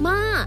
妈，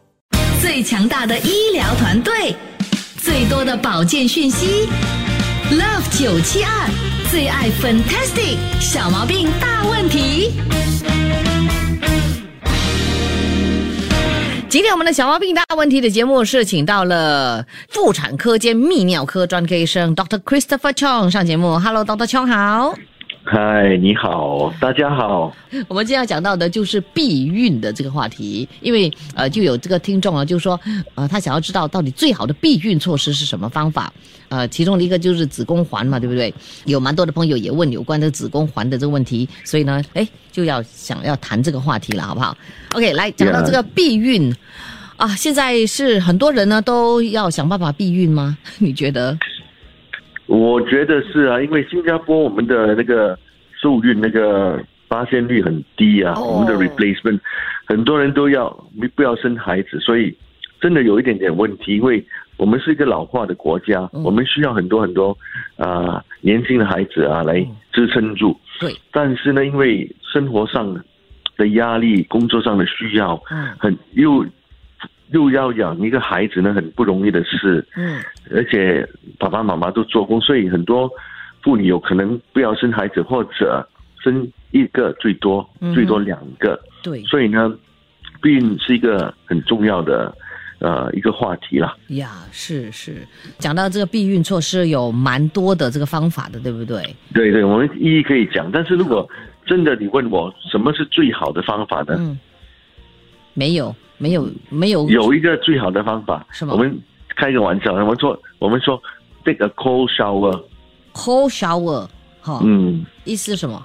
最强大的医疗团队，最多的保健讯息，Love 九七二最爱 Fantastic 小毛病大问题。今天我们的小毛病大问题的节目是请到了妇产科兼泌尿科专科医生 Dr. Christopher Chong 上节目。Hello，Dr. Chong 好。嗨，你好，大家好。我们今天要讲到的就是避孕的这个话题，因为呃，就有这个听众啊，就说呃，他想要知道到底最好的避孕措施是什么方法。呃，其中的一个就是子宫环嘛，对不对？有蛮多的朋友也问有关这个子宫环的这个问题，所以呢，哎，就要想要谈这个话题了，好不好？OK，来讲到这个避孕啊，现在是很多人呢都要想办法避孕吗？ 你觉得？我觉得是啊，因为新加坡我们的那个受孕那个发现率很低啊，哦我们的 replacement 很多人都要不要生孩子，所以真的有一点点问题，因为我们是一个老化的国家，嗯我们需要很多很多啊、呃年轻的孩子啊来支撑住。对，但是呢，因为生活上的压力、工作上的需要，嗯很又又要养一个孩子呢，很不容易的事。嗯，而且爸爸妈妈都做工，所以很多妇女有可能不要生孩子，或者生一个最多嗯哼最多两个。对所以呢，避孕是一个很重要的呃一个话题啦。呀，是是，讲到这个避孕措施有蛮多的这个方法的，对不对？对对，我们一一可以讲。但是如果真的你问我什么是最好的方法呢？嗯，没有，没有，没有，有一个最好的方法，什么我们开个玩笑，我们说我们说 take a cold shower， cold shower 哈、嗯，意思是什么？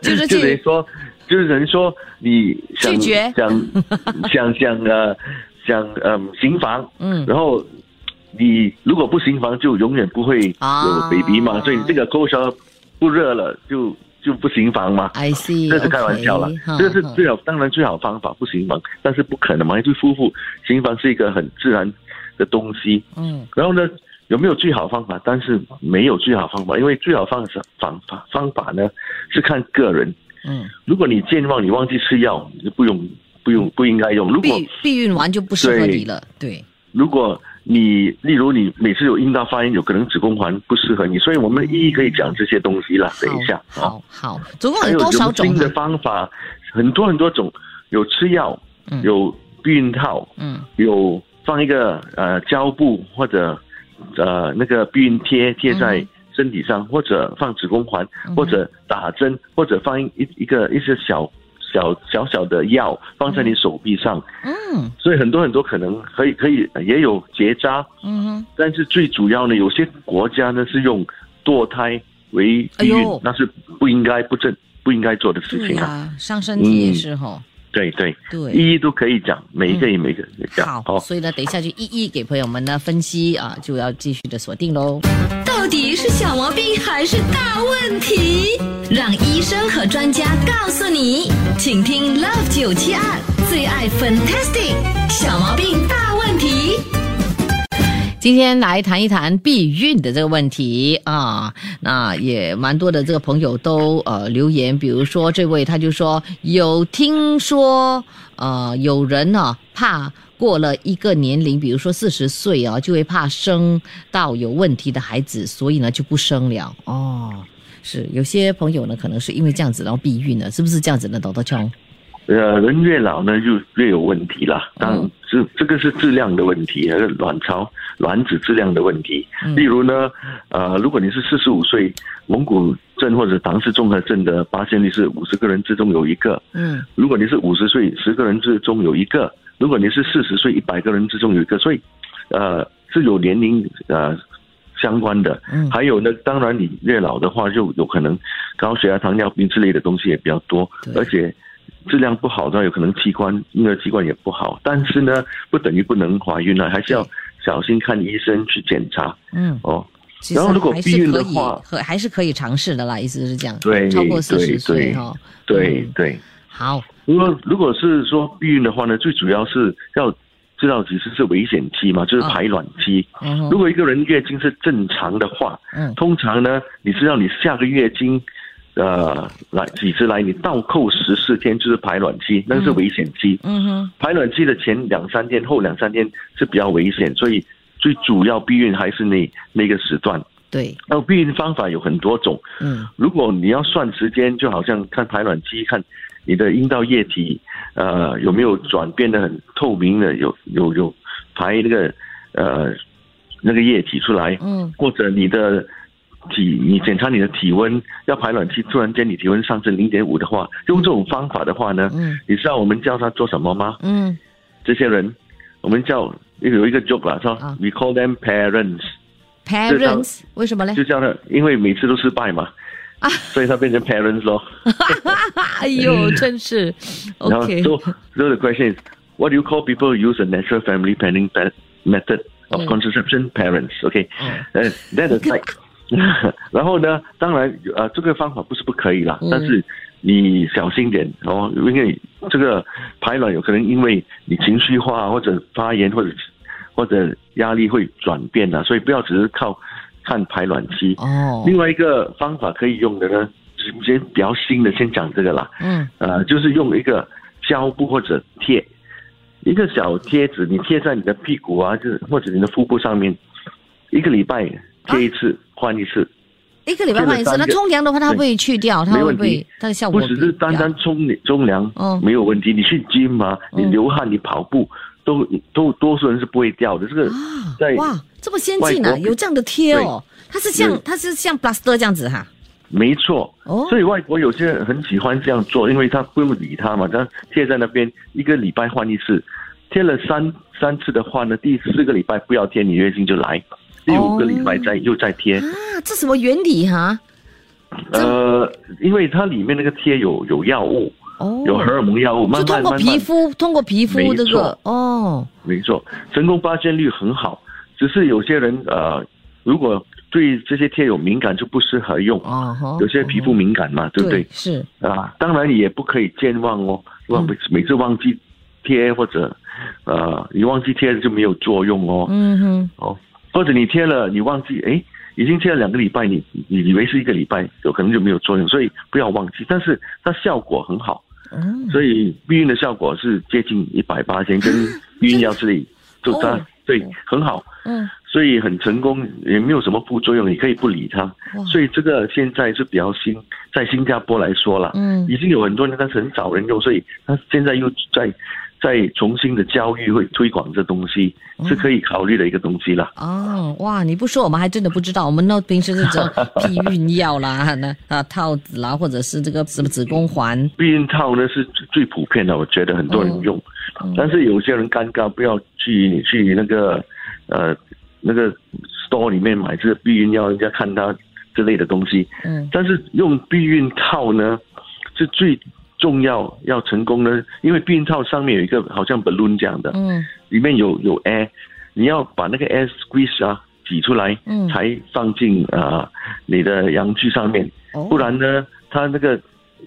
就是 就去等于说，就是等于说你想拒绝想 想想呃想嗯行房，嗯然后你如果不行房，就永远不会啊有 baby 嘛，所以这个勾销不热了就就不行房嘛。 ，I see，这是开玩笑啦 OK，哈这是哈最好，当然最好方法不行房，但是不可能嘛，因为夫妇行房是一个很自然的东西，嗯然后呢，有没有最好方法？但是没有最好方法，因为最好方法方法方法呢是看个人。嗯，如果你健忘，你忘记吃药，你就不用不用不应该用。如果避避孕完就不适合对你了，对，如果你例如你每次有阴道发炎，有可能子宫环不适合你，所以我们一一可以讲这些东西啦。等一下啊，好好，好总共还有有多少种新的呢？方法，很多很多种，有吃药，嗯有避孕套，嗯有放一个呃胶布或者呃那个避孕贴贴在嗯身体上，或者放子宫环，或者打针，或者放一一一个一些小小小小的药放在你手臂上，嗯所以很多很多可能可以可以呃也有结扎，嗯哼，但是最主要呢，有些国家呢是用堕胎为避哎孕，呦那是不应该不正不应该做的事对情呀、啊，伤身体也嗯是吼，对对，对。嗯一一都可以讲，每一个也每一个讲，好，所以呢，等一下就一一给朋友们呢分析啊，就要继续的锁定喽。到底是小毛病还是大问题？让医生和专家告诉你，请听 Love 九七二最爱 Fantastic 小毛病大问题。今天来谈一谈避孕的这个问题啊，那也蛮多的这个朋友都呃留言，比如说这位他就说有听说呃有人呢、怕过了一个年龄，比如说四十岁啊，就会怕生到有问题的孩子，所以呢就不生了哦。是有些朋友呢，可能是因为这样子，然后避孕了，是不是这样子呢？导导琼，呃，人越老呢，就越有问题啦。当然嗯，这这个是质量的问题，还是卵巢卵子质量的问题。嗯例如呢，呃，如果你是四十五岁，蒙古症或者唐氏综合症的发现率是五十个人之中有一个；嗯如果你是五十岁，十个人之中有一个；如果你是四十岁，一百个人之中有一个。所以，呃，是有年龄呃相关的。嗯还有呢，当然你越老的话，就有可能高血压、糖尿病之类的东西也比较多对，而且质量不好的话，有可能器官婴儿器官也不好。但是呢，不等于不能怀孕啊了，还是要小心看医生去检查嗯，哦。其实然后如果还是避孕可的以话可还是可以尝试的啦，意思是这样。对超过四十对岁对哈。对嗯对，好，如果如果是说避孕的话呢，最主要是要知道其实是危险期嘛，就是啊排卵期。嗯如哼，果一个人月经是正常的话，嗯通常呢，你知道你下个月经，呃，来几次来，你倒扣十四天就是排卵期，那是危险期。嗯哼，排卵期的前两三天、后两三天是比较危险，所以最主要避孕还是那那个时段。对，那避孕方法有很多种，嗯如果你要算时间，就好像看排卵期，看你的阴道液体，呃，有没有转变得很透明的，有有有排那个呃那个液体出来，嗯或者你的体，你检查你的体温，要排卵期突然间你体温上升零点五的话，用这种方法的话呢，嗯你知道我们叫他做什么吗？嗯，这些人，我们叫有一个 joke 啦，说啊 we call them parents， parents 为什么嘞就？叫他，因为每次都失败嘛，啊所以他变成 parents 咯。 哎呦，嗯真 是 Now, OK， so, so the question is, what do you call people who use a natural family planning pa- method of Mm. contraception? Parents, okay? 嗯 Uh, that is like. 然后呢，当然，呃，这个方法不是不可以啦，嗯但是你小心点哦，因为这个排卵有可能因为你情绪化或者发炎或者或者压力会转变的，所以不要只是靠看排卵期。哦，另外一个方法可以用的呢，先比较新的，先讲这个啦。嗯呃，就是用一个胶布或者贴，一个小贴纸，你贴在你的屁股啊，就是或者你的腹部上面，一个礼拜贴一次，换一次，一个礼拜换一次，这个那三个冲凉的话，它会不会去掉？它没会问不会题它的效不果只是比单单冲冲凉、啊嗯没有问题，你去 gym 啊，你嗯流汗，你跑步，都都多数人是不会掉的，这个啊在哇，这么先进啊，外国有这样的贴哦，它是像它是像 plaster 这样子哈，没错，哦所以外国有些人很喜欢这样做，因为他不用理他嘛，他贴在那边一个礼拜换一次，贴了三三次的话呢，第四个礼拜不要贴，你月经就来，第五个礼拜再、又再贴，啊，这什么原理哈？哦呃，因为它里面那个贴有有药物，哦，有荷尔蒙药物，慢就慢通慢过慢，皮肤，通过皮肤没这个错哦，没错，成功发现率很好，只是有些人呃，如果对这些贴有敏感就不适合用，哦吼有些皮肤敏感嘛，对不对？是，啊，当然也不可以健忘哦，忘嗯每每次忘记贴或者，呃，你忘记贴了就没有作用哦，嗯哼，哦，或者你贴了你忘记，诶，已经贴了两个礼拜，你你以为是一个礼拜，有可能就没有作用，所以不要忘记。但是它效果很好，嗯，所以避孕的效果是接近一百八千， 跟避孕药之类就它、哦对很好，嗯，所以很成功，也没有什么副作用，你可以不理它。哇，所以这个现在是比较新，在新加坡来说啦，嗯已经有很多人，但是很少人用，所以他现在又在在重新的教育会推广这东西，嗯是可以考虑的一个东西啦。哦，哇！你不说我们还真的不知道，我们那平时是只有 避孕药啦，那啊套子啦，或者是这个什么子宫环，避孕套呢是最最普遍的，我觉得很多人用，嗯但是有些人尴尬，不要去去那个呃那个 store 里面买这个避孕药，人家看它之类的东西。嗯但是用避孕套呢是最重要要成功呢，因为避孕套上面有一个好像 balloon 这样的，嗯里面有有 air，你要把那个 air squeeze 啊挤出来，嗯才放进啊、呃你的阳具上面，哦不然呢，它那个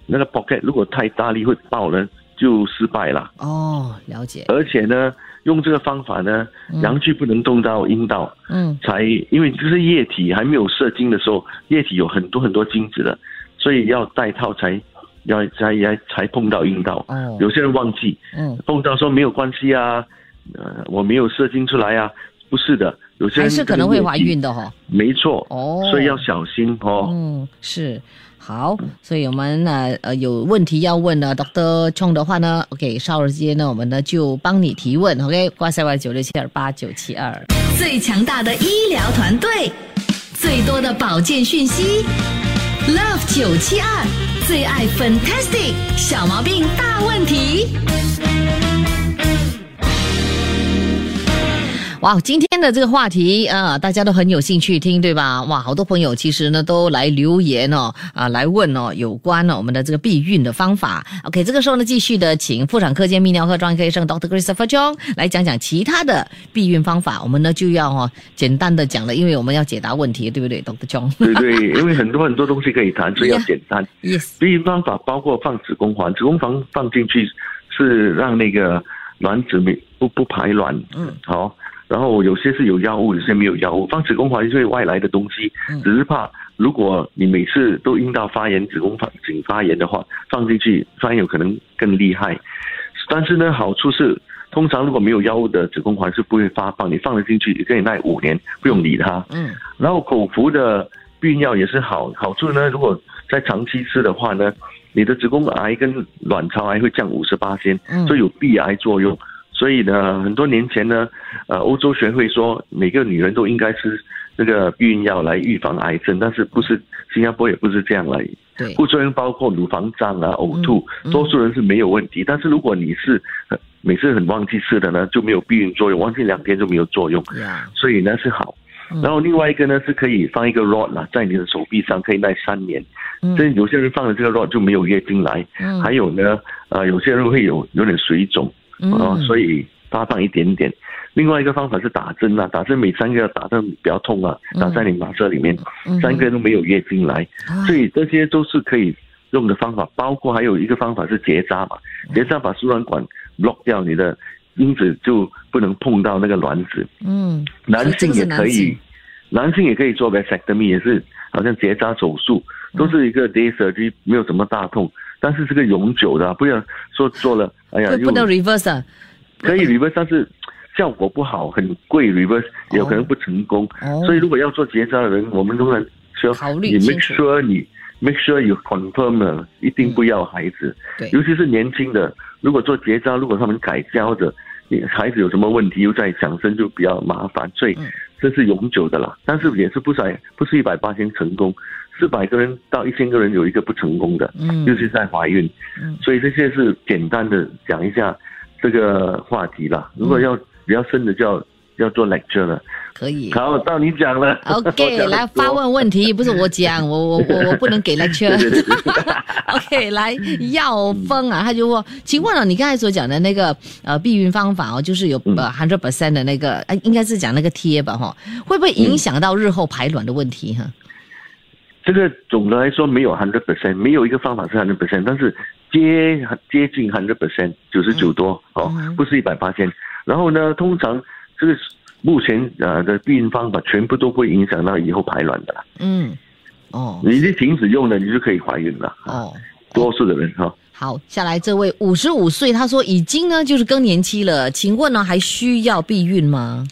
那个 pocket 如果太大力会爆呢，就失败了。哦，了解，而且呢，用这个方法呢嗯，阳具不能动到阴道，嗯才因为这是液体还没有射精的时候，液体有很多很多精子的，所以要戴套才要才才才碰到阴道。哦有些人忘记，嗯，碰到说没有关系啊，呃，我没有射精出来啊，不是的，有些还人是可能会怀孕，的哈、没错，哦所以要小心哦。嗯，是好，所以我们呢，呃，有问题要问呢，Dr. Chong 的话呢，OK，稍后之间呢，我们呢就帮你提问，OK，挂塞外九六七二八九七二。最强大的医疗团队，最多的保健讯息，Love 972最爱 Fantastic 小毛病大问题。哇，今天的这个话题啊、呃大家都很有兴趣听，对吧？哇，好多朋友其实呢都来留言哦，啊、来问哦有关呢我们的这个避孕的方法。OK，这个时候呢，继续的请妇产科兼泌尿科专科医生 Dr. Christopher Chong 来讲讲其他的避孕方法。我们呢就要哦简单的讲了，因为我们要解答问题，对不对，Dr. Chong？对对，因为很多很多东西可以 谈，所以要 Yeah 简单。 Yes，避孕方法包括放子宫环，子宫环放进去是让那个卵子没不不排卵，嗯，好、然后有些是有药物，有些没有药物。放子宫环是外来的东西嗯，只是怕如果你每次都阴道发炎、子宫发颈发炎的话，放进去发炎有可能更厉害。但是呢，好处是，通常如果没有药物的子宫环是不会发胖，你放了进去，你可以耐五年，不用理它。嗯然后口服的避孕药也是好好处呢，如果在长期吃的话呢，你的子宫癌跟卵巢癌会降五十八先，嗯所以有避癌作用。所以呢，很多年前呢，呃，欧洲学会说每个女人都应该吃那个避孕药来预防癌症，但是不是新加坡也不是这样来对，副作用包括乳房胀啊、呕吐嗯嗯，多数人是没有问题。但是如果你是呃每次很忘记吃的呢，就没有避孕作用，忘记两天就没有作用。呀，所以呢是好嗯。然后另外一个呢是可以放一个 rod 啦，在你的手臂上可以戴三年。嗯所以有些人放了这个 rod 就没有月经来，嗯还有呢，呃，有些人会有有点水肿嗯啊、所以发放一点点。另外一个方法是打针啊啦，打针每三个要打针比较痛啊，嗯打在你马车里面，以三个都没有月经来，啊嗯所以这些都是可以用的方法。包括还有一个方法是结扎嘛，嗯结扎把输卵管 block 掉，你的因子就不能碰到那个卵子。嗯男性也所可以这个是男性以，男性也可以做 vasectomy，也是好像结扎手术，嗯都是一个 day surgery，没有什么大痛，但是是个永久的啊，不要说做了，哎呀，不不能又 reverse 啊，可以 reverse，但是效果不好，很贵 reverse，也有可能不成功，哦所以如果要做结扎的人，我们通常需要考虑你清 make 楚 sure 你 make sure you confirm 了，一定不要孩子。对，尤其是年轻的，如果做结扎，如果他们改嫁或者你孩子有什么问题，又再想生就比较麻烦，所以嗯这是永久的啦。但是也是不是不是一百八千成功，四百个人到一千个人有一个不成功的，嗯 尤其是在怀孕嗯，所以这些是简单的讲一下这个话题啦。嗯如果要比较深的，就要要做 lecture 了。可以。好，到你讲了。 嗯我 OK，讲得来多发。问问题，不是我讲，我我我我不能给 lecture 对。对对， OK，来耀峰啊，他就问，请问了、你刚才所讲的那个呃避孕方法哦，就是有嗯呃 hundred percent 的那个，呃应该是讲那个贴吧哈、会不会嗯影响到日后排卵的问题哈？这个总的来说没有 hundred percent，没有一个方法是 hundred percent，但是接接近 hundred percent，九十九多哦嗯，不是一百八千。然后呢，通常这个目前呃的避孕方法全部都不会影响到以后排卵的啦，嗯，哦你就停止用了，你就可以怀孕了。哦，多数的人哦哈、好，下来这位五十五岁，他说已经呢就是更年期了，请问呢还需要避孕吗？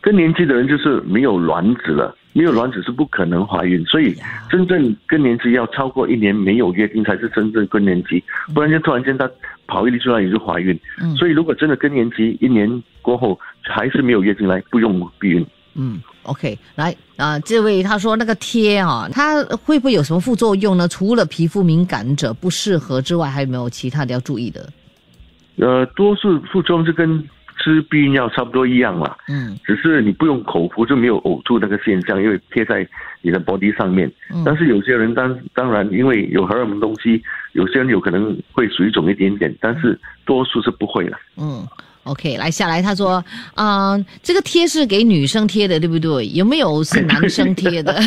更年期的人就是没有卵子了，没有卵子是不可能怀孕，所以真正更年期要超过一年没有月经才是真正更年期，不然就突然间她跑一粒出来也就怀孕。嗯所以如果真的更年期一年过后还是没有月经来，不用避孕。嗯，OK，来啊、这位他说那个贴啊，它会不会有什么副作用呢？除了皮肤敏感者不适合之外，还有没有其他的要注意的？呃，多数副作用是跟吃避孕药差不多一样啦，嗯只是你不用口服就没有呕吐那个现象，因为贴在你的 body 上面。嗯但是有些人当当然因为有荷尔蒙东西，有些人有可能会水肿一点点，但是多数是不会的。嗯，OK，来下来他说，嗯、这个贴是给女生贴的，对不对？有没有是男生贴 的？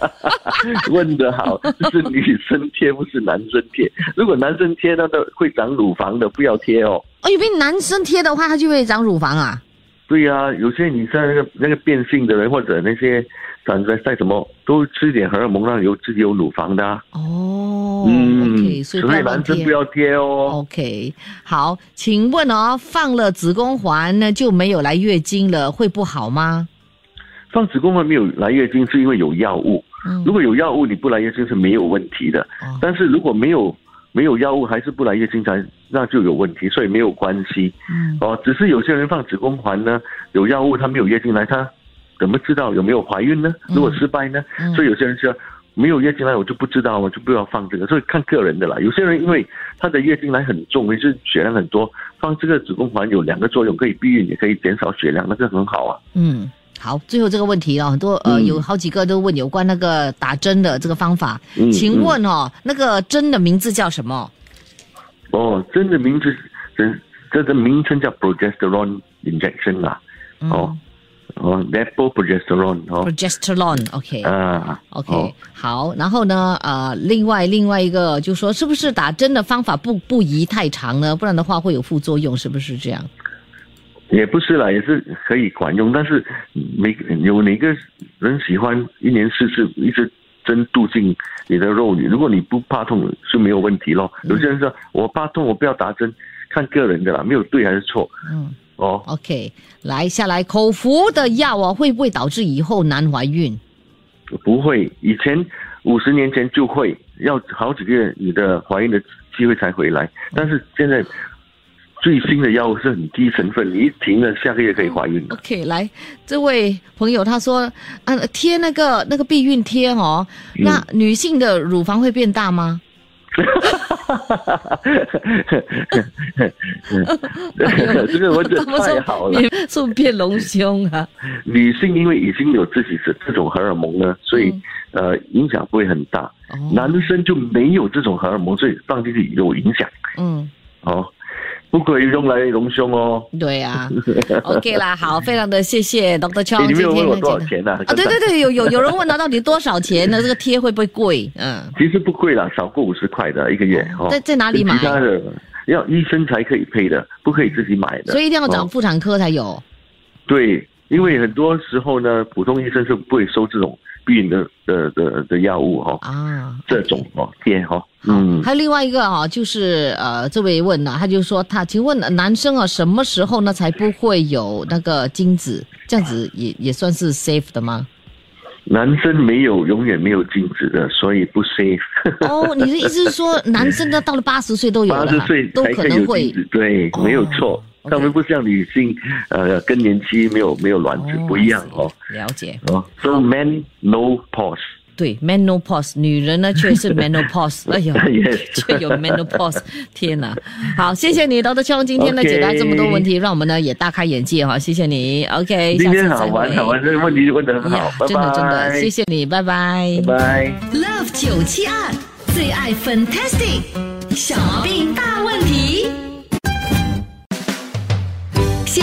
嗯问得好，就是女生贴不是男生贴。如果男生贴，那都会长乳房的，不要贴哦。哦，因为男生贴的话，它就会长乳房啊。对呀、有些你像那个那个变性的人，或者那些长在在什么，都吃点荷尔蒙让有自己有乳房的、啊。哦、o k 所以不嗯所以要乱男生贴不。要贴哦。 OK，好，请问哦，放了子宫环呢就没有来月经了，会不好吗？放子宫环没有来月经，是因为有药物。嗯如果有药物，你不来月经是没有问题的。哦但是如果没有没有药物，还是不来月经才那就有问题，所以没有关系。嗯哦，只是有些人放子宫环呢，有药物他没有月经来，他怎么知道有没有怀孕呢？如果失败呢？嗯所以有些人说没有月经来，我就不知道，我就不要放这个，所以看个人的啦。有些人因为他的月经来很重，也是血量很多，放这个子宫环有两个作用，可以避孕，也可以减少血量，那个很好啊。嗯，好，最后这个问题哦，很多呃嗯有好几个都问有关那个打针的这个方法，嗯请问哦，那个针的名字叫什么？哦，真的名字，真这个名称叫 progesterone injection 啦。嗯哦，哦 l e p o progesterone 哦。 ，progesterone，OK，OK，、啊 OK，哦好，然后呢，呃，另外另外一个就说，是不是打针的方法不不宜太长呢？不然的话会有副作用，是不是这样？也不是啦，也是可以管用，但是每有哪个人喜欢一年四次一直针度进你的肉里？如果你不怕痛是没有问题咯。有些人说我怕痛，我不要打针，看个人的啦，没有对还是错嗯哦。 ，OK，来下来，口服的药啊，会不会导致以后难怀孕？不会，以前五十年前就会，要好几个月你的怀孕的机会才回来，但是现在。最新的药物是很低成分，你一停了，下个月可以怀孕了。 OK，来，这位朋友他说，啊，贴那个那个避孕贴哦，嗯那女性的乳房会变大吗？ 这个我 觉得太好了。，是不是变隆胸啊？女性因为已经有自己的这种荷尔蒙呢，所以、呃影响不会很大。嗯哦，男生就没有这种荷尔蒙，所以放进去有影响嗯，哦。不可以用来隆胸哦。对啊，OK 啦，好，非常的谢谢 Dr. 哎 Chong，你今没有天问我呢多少讲钱呢、啊，对对对，有有有人问到到底多少钱呢？这个贴会不会贵？嗯，其实不贵啦，少过五十块的一个月哦。在在哪里买其他的要医生才可以配的，不可以自己买的。所以一定要找哦妇产科才有。对，因为很多时候呢，普通医生是不会收这种避孕的呃的的的药物哦，啊，这种哦贴哦。嗯，嗯，还有另外一个啊，就是呃，这位问呢、他就说他，请问呃男生啊，什么时候呢才不会有那个精子？这样子也也算是 safe 的吗？男生没有永远没有精子的，所以不 safe。哦，你的意思是说，男生呢到了八十岁都有八了十哈，岁都才可可以能有会精子，对，哦没有错。 OK 他们不像女性，呃，更年期没有没有卵子哦不一样哦。了解，哦，so men no pause。对 menopause，女人呢却是 menopause，哎呦 Yes 却有 menopause，天哪！好，谢谢你，劳德兄，今天呢 OK 解答这么多问题，让我们呢也大开眼界哈，谢谢你，OK，今下次天再好玩会好玩，这个问题问的很哎好呀，拜拜。真的真的，谢谢你，拜拜。拜拜。 Love 九七二最爱 Fantastic，小毛病大问题。谢